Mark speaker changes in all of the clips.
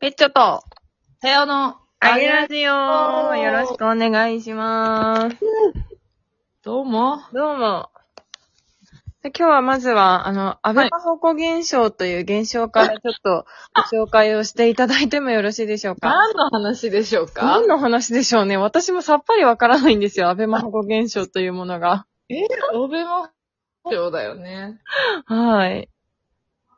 Speaker 1: ペッチョと、
Speaker 2: さよの、
Speaker 1: あげラ
Speaker 2: ジ
Speaker 1: オ
Speaker 2: よろしくお願いします。
Speaker 1: どうも。
Speaker 2: どうも。で今日はまずは、あの、アベマホコ現象という現象からちょっ とご紹介をしていただいてもよろしいでしょうか。
Speaker 1: 何の話でしょうか
Speaker 2: 何の話でしょうね。私もさっぱりわからないんですよ。アベマホコ現象というものが。
Speaker 1: 欧米も、そうだよね。
Speaker 2: はい。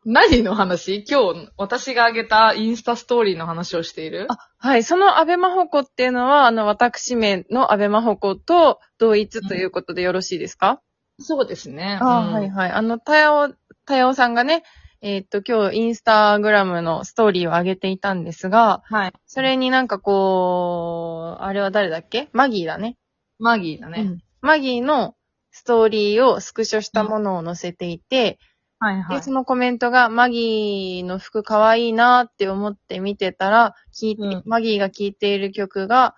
Speaker 1: 何の話今日、私があげたインスタストーリーの話をしている
Speaker 2: はい。そのアベマホコっていうのは、あの、私名のアベマホコと同一ということでよろしいですか、
Speaker 1: そうですね。
Speaker 2: ああ、
Speaker 1: うん
Speaker 2: はいはい。あの、たやお、たやおさんがね、えーっと、今日インスタグラムのストーリーを上げていたんですが、
Speaker 1: はい。
Speaker 2: それになんかこう、あれは誰だっけマギーだね。
Speaker 1: マギーだね。
Speaker 2: うんマギーのストーリーをスクショしたものを載せていて、
Speaker 1: はい
Speaker 2: で、そのコメントが、マギーの服かわいいなって思って見てたら、聞いて、
Speaker 1: うん
Speaker 2: マギーが聴いている曲が、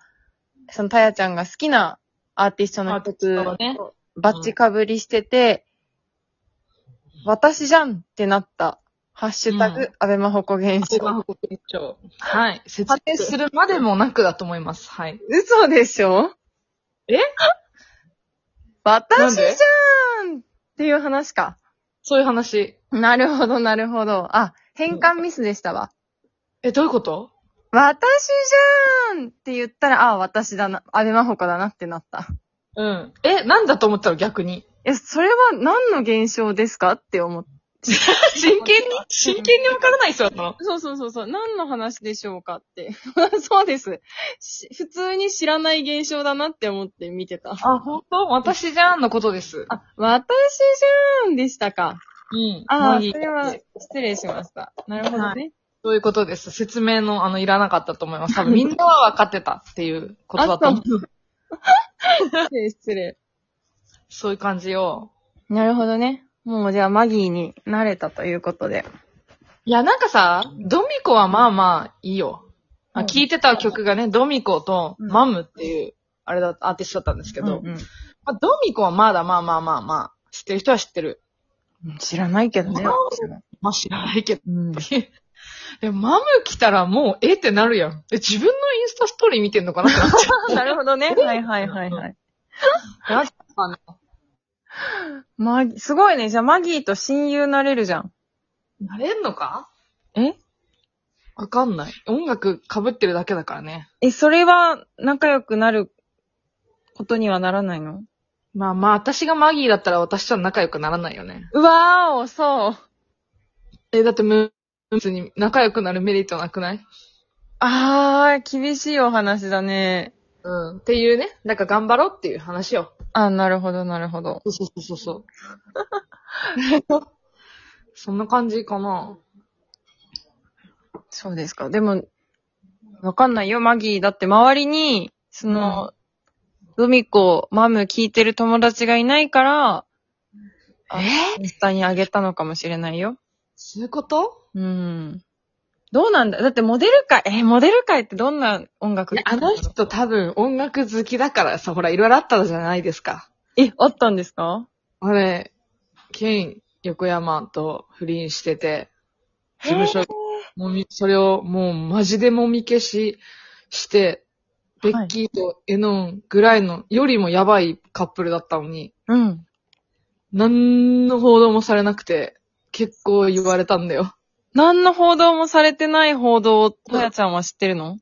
Speaker 2: そのたやちゃんが好きなアーティストの
Speaker 1: アーティス
Speaker 2: 曲
Speaker 1: トのね
Speaker 2: をバッチかぶりしてて、私じゃんってなった。ハッシュタグ、
Speaker 1: う
Speaker 2: アベマホコ現
Speaker 1: アベマ
Speaker 2: 象。
Speaker 1: ホコ現象。はい。説明するまでもなくだと思います。はい。
Speaker 2: 嘘でしょ
Speaker 1: え
Speaker 2: 私じ
Speaker 1: なんで
Speaker 2: ゃんっていう話か。
Speaker 1: そういう話。
Speaker 2: なるほど、なるほど。あ、変換ミスでしたわ。
Speaker 1: え、どういうこと
Speaker 2: 私じゃんって言ったら、あ、私だな、アベマホコだなってなった。
Speaker 1: うん。え、なんだと思ったの逆に。
Speaker 2: え、それは何の現象ですかって思って。
Speaker 1: 真剣に真剣にわからない人だったの
Speaker 2: そうそうそうそう。何の話でしょうかって。 そうですし普通に知らない現象だなって思って見てた。
Speaker 1: あ、本当私じゃんのことです。
Speaker 2: あ、私じゃーんでしたか。
Speaker 1: うん。
Speaker 2: あ
Speaker 1: マ
Speaker 2: あ、
Speaker 1: ギ
Speaker 2: そ
Speaker 1: ー
Speaker 2: れは失礼しました。なるほどね。
Speaker 1: そういうことです。説明の、あの、いらなかったと思います。多分みんなは分かってたっていうことだと思う。
Speaker 2: 失礼、失礼。
Speaker 1: そういう感じよ。
Speaker 2: なるほどね。もうじゃあマギーになれたということで。
Speaker 1: いや、なんかさ、ドミコはまあまあいいよ。あ
Speaker 2: うん
Speaker 1: 聞いてた曲がね、ドミコと
Speaker 2: うん
Speaker 1: マムっていう、あれだ、アーティストだったんですけど、
Speaker 2: うんうん
Speaker 1: まあ、ドミコはまだまあまあまあまあ、知ってる人は知ってる。
Speaker 2: 知らないけ どね。
Speaker 1: あー
Speaker 2: 私も
Speaker 1: まあ知らないけど。
Speaker 2: うん。
Speaker 1: え、マム来たらもう、えってなるやん。え、自分のインスタストーリー見てんのかなってなっちゃう
Speaker 2: なるほどね。 はいはいはいはい。
Speaker 1: マジ かな
Speaker 2: マギ、すごいね。じゃあマギーと親友なれるじゃん。
Speaker 1: なれんのか
Speaker 2: え
Speaker 1: わかんない。音楽被ってるだけだからね。
Speaker 2: え、それは仲良くなることにはならないの
Speaker 1: まあまあ、私がマギーだったら私とは仲良くならないよね。
Speaker 2: うわーお、そう。
Speaker 1: え、だってむ、別に仲良くなるメリットなくない
Speaker 2: あー、厳しいお話だね。
Speaker 1: うん。っていうね。なんか頑張ろうっていう話を。
Speaker 2: あ、なるほど、なるほど。
Speaker 1: そうそうそうそう。 そんな感じかな。
Speaker 2: そうですか。でも、わかんないよ、マギー。だって周りに、その、ドミコ、マム聞いてる友達がいないから、あ
Speaker 1: え
Speaker 2: インスタにあげたのかもしれないよ。
Speaker 1: そういうこと
Speaker 2: うん。どうなんだだってモデル界、えーモデル界ってどんな音楽
Speaker 1: いやあの人多分音楽好きだからさ、ほら、いろいろあったじゃないですか。
Speaker 2: え、あったんですか
Speaker 1: あれ、ケイン、横山と不倫してて、事務所、もみ、それをもうマジでもみ消しして、ベッキーとエノンぐらいの、よりもやばいカップルだったのに、
Speaker 2: うん。
Speaker 1: 何の報道もされなくて、結構言われたんだよ。
Speaker 2: 何の報道もされてない報道を、とやちゃんは知ってるの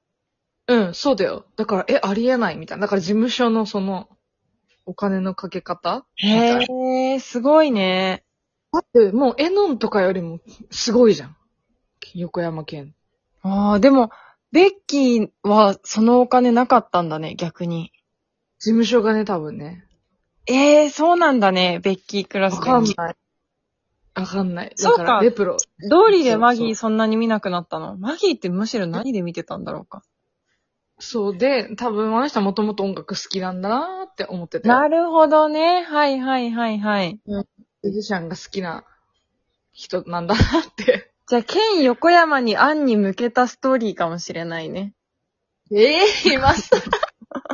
Speaker 1: うん、そうだよ。だから、え、ありえないみたいな。だから事務所のその、お金のかけ方
Speaker 2: へえ、すごいね。
Speaker 1: だって、もうエノンとかよりもすごいじゃん。横山健。
Speaker 2: ああ、でも、ベッキーはそのお金なかったんだね、逆に。
Speaker 1: 事務所がね、多分ね。
Speaker 2: ええそうなんだね、ベッキークラ
Speaker 1: わ
Speaker 2: ス
Speaker 1: かん
Speaker 2: で。
Speaker 1: ない。わかんない。だ
Speaker 2: そうか
Speaker 1: から、レプロ。
Speaker 2: どうりでマギ
Speaker 1: そう
Speaker 2: ーそんなに見なくなったのマギーってむしろ何で見てたんだろうか。
Speaker 1: そうで、多分あの人はもともと音楽好きなんだなーって思ってて。
Speaker 2: なるほどね。はいはいはいはい。
Speaker 1: ミュージシャンが好きな人なんだなって。
Speaker 2: じゃあ、ケン横山にアンに向けたストーリーかもしれないね。
Speaker 1: ええいます。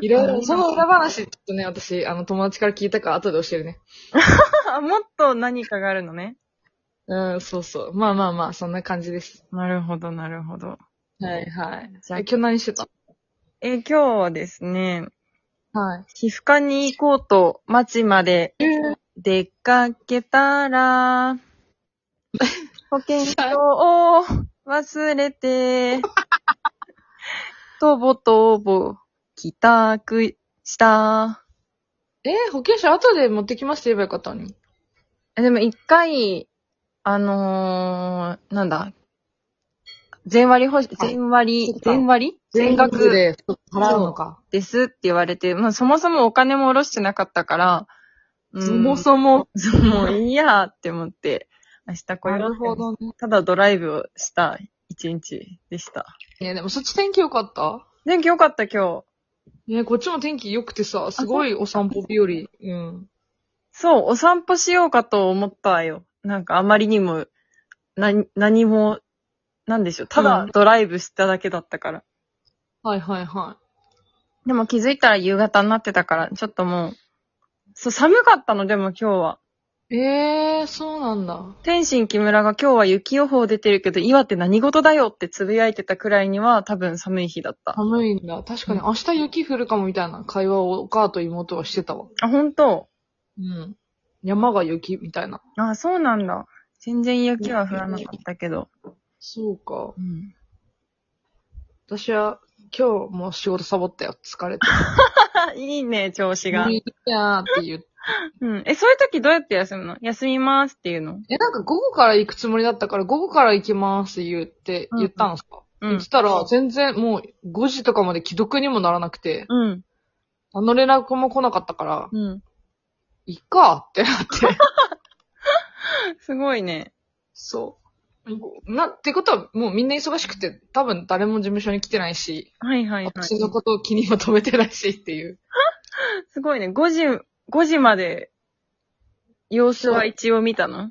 Speaker 1: いろい
Speaker 2: あ
Speaker 1: ろ、その裏話、ちょっとね、私、あの、友達から聞いたから後で教えるね。
Speaker 2: もっと何かがあるのね。
Speaker 1: うん、そうそう。まあまあまあ、そんな感じです。
Speaker 2: なるほど、なるほど。
Speaker 1: はいはい。
Speaker 2: じ
Speaker 1: じ
Speaker 2: ゃあ
Speaker 1: ゃあ今日何してた
Speaker 2: えー、今日はですね、
Speaker 1: はい。
Speaker 2: 皮膚科に行こうと町まで出かけた ら、保険証を忘れて、とぼとぼ帰宅した。
Speaker 1: えー、保険証後で持ってきますって言えばよかったのに。
Speaker 2: えでも一回、あのー、なんだ、全割保、全割
Speaker 1: そっ、か
Speaker 2: 全割全額
Speaker 1: で払うのか。
Speaker 2: ですって言われて、まあそもそもお金も下ろしてなかったから、うん
Speaker 1: そもそも。
Speaker 2: もういいやって思って、明日来よ
Speaker 1: な
Speaker 2: う
Speaker 1: るほどね。
Speaker 2: ただドライブをした一日でした。
Speaker 1: ねでもそっち天気良かった
Speaker 2: 天気良かった今日。
Speaker 1: ねこっちも天気良くてさ、すごいお散歩日和。うん。
Speaker 2: そう、お散歩しようかと思ったよ。なんかあまりにも、な、何も、なんでしょう。ただ
Speaker 1: うん
Speaker 2: ドライブしただけだったから。
Speaker 1: はいはいは
Speaker 2: でも気づいたら夕方になってたから、ちょっともう、そう、寒かったの、でも今日は。
Speaker 1: い。えー、そうなんだ。
Speaker 2: 天心木村が今日は雪予報出てるけど、岩手何事だよってつぶやいてたくらいには多分寒い日だった。
Speaker 1: 寒いんだ。確かに
Speaker 2: うん
Speaker 1: 明日雪降るかもみたいな会話をお母と妹はしてたわ。
Speaker 2: あ、本当
Speaker 1: うん。山が雪みたいな。
Speaker 2: あ、そうなんだ。全然雪は降らなかったけど。
Speaker 1: そうか。
Speaker 2: うん。
Speaker 1: 私は今日もう仕事サボったよ。疲れて。
Speaker 2: あ、 いいね、調子が
Speaker 1: もう。いいやーって言って。
Speaker 2: うん。え、そういう時どうやって休むの休みますっていうの
Speaker 1: え、なんか午後から行くつもりだったから、午後から行きますって言って、
Speaker 2: うん
Speaker 1: 言ったんすか、
Speaker 2: う
Speaker 1: 言
Speaker 2: ん
Speaker 1: って。たら、全然もう5時とかまで既読にもならなくて、
Speaker 2: うん。
Speaker 1: あの連絡も来なかったから、
Speaker 2: うん。
Speaker 1: いっかってな って。
Speaker 2: すごいね。
Speaker 1: そう。な、ってことは、もうみんな忙しくて、多分誰も事務所に来てないし、
Speaker 2: はいはいはい。
Speaker 1: 私のことを気にも留めてないしっていう。
Speaker 2: すごいね。5時、5時まで、様子は一応見たの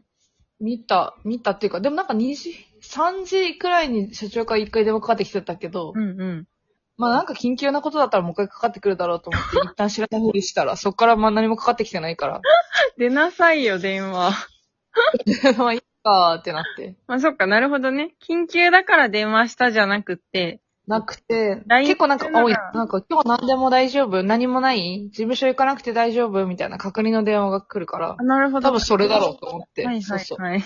Speaker 1: 見た、見たっていうか、でもなんか2時、3時くらいに社長から一回電話かかってきてたけど、
Speaker 2: うんうん。
Speaker 1: まあなんか緊急なことだったらもう一回かかってくるだろうと思って、 一旦知らないふりしたら、そっからまあ何もかかってきてないから、
Speaker 2: 出なさいよ、電話。
Speaker 1: まあいいかーってなって。
Speaker 2: まあそっか、なるほどね。緊急だから電話したじゃなくって、
Speaker 1: なくて、
Speaker 2: LINE
Speaker 1: 結構なんか
Speaker 2: してんの
Speaker 1: 多い。
Speaker 2: か
Speaker 1: なんか今日何でも大丈夫何もない事務所行かなくて大丈夫みたいな確認の電話が来るから
Speaker 2: あ、なるほど。
Speaker 1: 多分それだろうと思って、
Speaker 2: はい
Speaker 1: そ
Speaker 2: は
Speaker 1: う
Speaker 2: い
Speaker 1: そう。
Speaker 2: はい。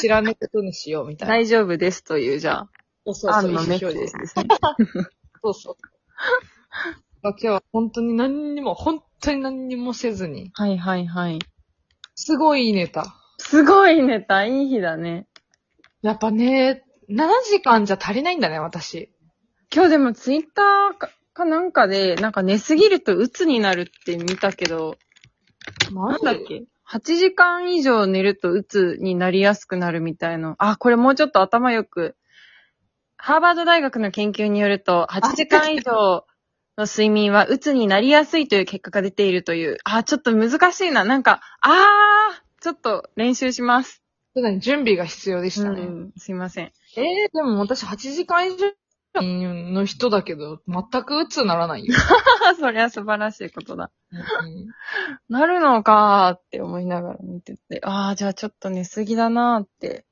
Speaker 1: 知らないことにしようみたいな。
Speaker 2: 大丈夫ですという、じゃあ、
Speaker 1: そうそう
Speaker 2: ア
Speaker 1: そう、
Speaker 2: ン
Speaker 1: 意
Speaker 2: の
Speaker 1: 思
Speaker 2: メッ
Speaker 1: 表
Speaker 2: セージ
Speaker 1: 示。
Speaker 2: ですね。
Speaker 1: そうそう。 だから今日は本当に何にも、本当に何にもせずに、
Speaker 2: はいはいはい。
Speaker 1: すごいいいネタ。
Speaker 2: すごいネタ、いい日だね。
Speaker 1: やっぱね、7時間じゃ足りないんだね、私。
Speaker 2: 今日でもツイッターかかなんかで、なんか寝すぎると鬱になるって見たけど、
Speaker 1: な
Speaker 2: なんだっけ ?8 時間以上寝ると鬱になりやすくなるみたいな。あ、これもうちょっと頭よく。ハーバード大学の研究によると、8時間以上の睡眠は鬱になりやすいという結果が出ているという。あ、ちょっと難しいな。なんか、あー、ちょっと練習します。
Speaker 1: そうだね、準備が必要でし
Speaker 2: う
Speaker 1: たね。
Speaker 2: ん、すいません。
Speaker 1: ええでも私8時間以上の人だけど、全く鬱にならないよ。
Speaker 2: あそりゃ素晴らしいことだ。
Speaker 1: うん
Speaker 2: なるのかーって思いながら見てて、ああ、じゃあちょっと寝すぎだなーって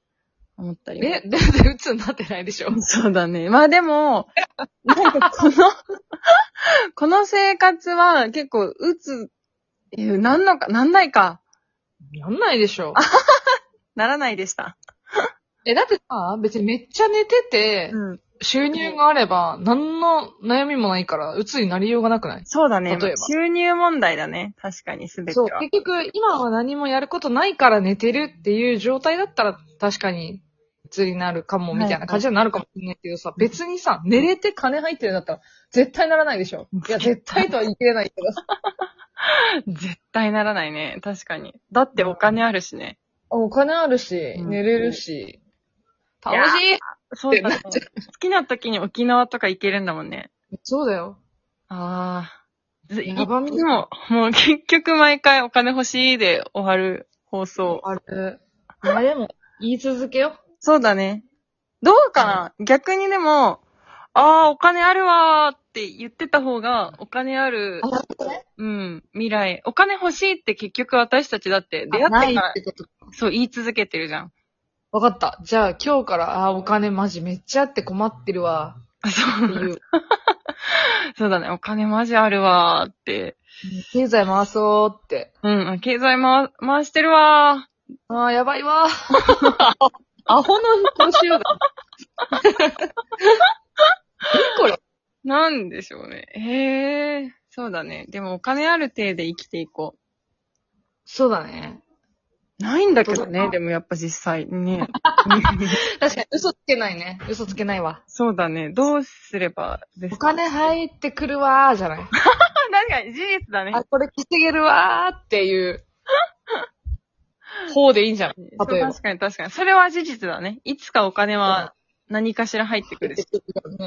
Speaker 2: 思ったり。
Speaker 1: え、だって鬱になってないでしょ。
Speaker 2: そうだね。まあでも、なんかこの、 この生活は結構、うつ、えーなんのか、なんないか、
Speaker 1: なんないでしょ。
Speaker 2: ならないでした。
Speaker 1: え、だってさ、別にめっちゃ寝てて、
Speaker 2: うん。
Speaker 1: 収入があれば、何の悩みもないから、鬱になりようがなくない
Speaker 2: そうだね。
Speaker 1: 例えば
Speaker 2: 収入問題だね。確かに、すべて
Speaker 1: そう。
Speaker 2: は。
Speaker 1: 結局、今は何もやることないから寝てるっていう状態だったら、確かに、鬱になるかも、みたいな感じになるかもしれないけどさ、別にさ、寝れて金入ってるんだったら、絶対ならないでしょ。 いや、絶対とは言い切れないけど。
Speaker 2: 絶対ならないね。確かに。だってお金あるしね。
Speaker 1: お金あるし、
Speaker 2: うん
Speaker 1: 寝れるし、
Speaker 2: うん
Speaker 1: 楽しい
Speaker 2: そうだね。好きな時に沖縄とか行けるんだもんね。
Speaker 1: そうだよ。
Speaker 2: ああ。い
Speaker 1: やばみ
Speaker 2: つも、もう結局毎回お金欲しいで終わる放送。
Speaker 1: あれ。あれも、言い続けよ。
Speaker 2: そうだね。どうかな、逆にでも、ああ、お金あるわーって言ってた方が、お金ある、
Speaker 1: あ、
Speaker 2: うん、未来。お金欲しいって結局私たちだって出会っ
Speaker 1: な
Speaker 2: て
Speaker 1: い
Speaker 2: から
Speaker 1: っ、てこと。
Speaker 2: そう言い続けてるじゃん。
Speaker 1: わかった。じゃあ今日から、あーお金マジめっちゃあって困ってるわ。
Speaker 2: あそ
Speaker 1: って
Speaker 2: う、
Speaker 1: いう。
Speaker 2: そうだね。お金マジあるわーって。
Speaker 1: 経済回そうって。
Speaker 2: うん、経済回、回してるわー。
Speaker 1: ああ、やばいわ。 アホのこうしようが。何これ
Speaker 2: なんでしょうね。へえー。そうだね。でもお金ある体で生きていこ
Speaker 1: そうだね。
Speaker 2: う。ないんだけど
Speaker 1: そう
Speaker 2: ね。
Speaker 1: だ
Speaker 2: でもやっぱ実際ね。
Speaker 1: 確かに嘘つけないね。嘘つけないわ。
Speaker 2: そうだね。どうすればです
Speaker 1: お
Speaker 2: か
Speaker 1: 金入ってくるわーじゃない。
Speaker 2: 確かに事実だね
Speaker 1: あ、これ稼げるわーっていう。方でいいんじゃん。
Speaker 2: そう
Speaker 1: 例えば。
Speaker 2: 確かに確かに。それは事実だね。いつかお金は何かしら入ってくるし。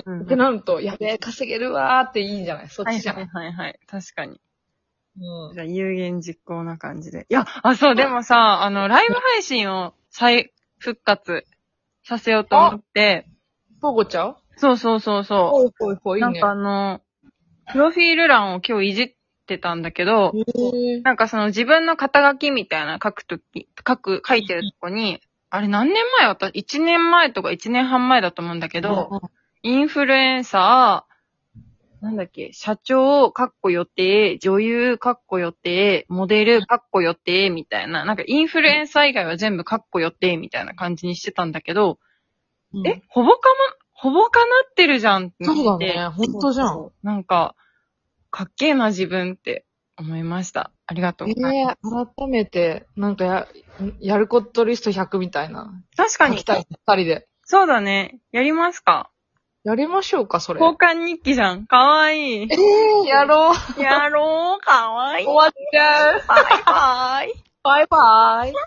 Speaker 2: うん
Speaker 1: ってなると、やべえ、稼げるわーっていいんじゃないそっ
Speaker 2: はい
Speaker 1: ちじゃ
Speaker 2: は
Speaker 1: ないい、
Speaker 2: はいはい。確かに。
Speaker 1: うん
Speaker 2: じゃあ有言実行な感じで。いや、あ、そう、でもさ、あの、ライブ配信を再復活させようと思って、
Speaker 1: ポゴちゃん
Speaker 2: そうそうそうそ
Speaker 1: ほいほいほ
Speaker 2: う。
Speaker 1: い、い
Speaker 2: ないん
Speaker 1: ね
Speaker 2: か。あの、プロフィール欄を今日いじってたんだけど、
Speaker 1: へー
Speaker 2: なんかその自分の肩書きみたいな書くとき、書く、書いてるとこに、あれ何年前私、1年前とか1年半前だと思うんだけど、インフルエンサー、なんだっけ、社長、かっこ予定、女優、かっこ予定、モデル、かっこ予定、みたいな、なんかインフルエンサー以外は全部かっこ予定、みたいな感じにしてたんだけど、
Speaker 1: うん
Speaker 2: え、ほぼかま、ほぼかなってるじゃんって
Speaker 1: そうだ
Speaker 2: 思って。
Speaker 1: ね。ほんとじゃん。
Speaker 2: なんか、かっけえな自分って思いました。ありがとう
Speaker 1: え
Speaker 2: ございます。
Speaker 1: え改めて、なんかや、やることリスト100みたいな。
Speaker 2: 確か
Speaker 1: 書
Speaker 2: に
Speaker 1: き、たい、二人で。
Speaker 2: そうだね。やりますか。
Speaker 1: やりましょうか、それ。
Speaker 2: 交換日記じゃん。かわ いい
Speaker 1: え。えやろう。
Speaker 2: やろう。かわいい。
Speaker 1: 終わっちゃう。
Speaker 2: バイバイ。
Speaker 1: バイバイ。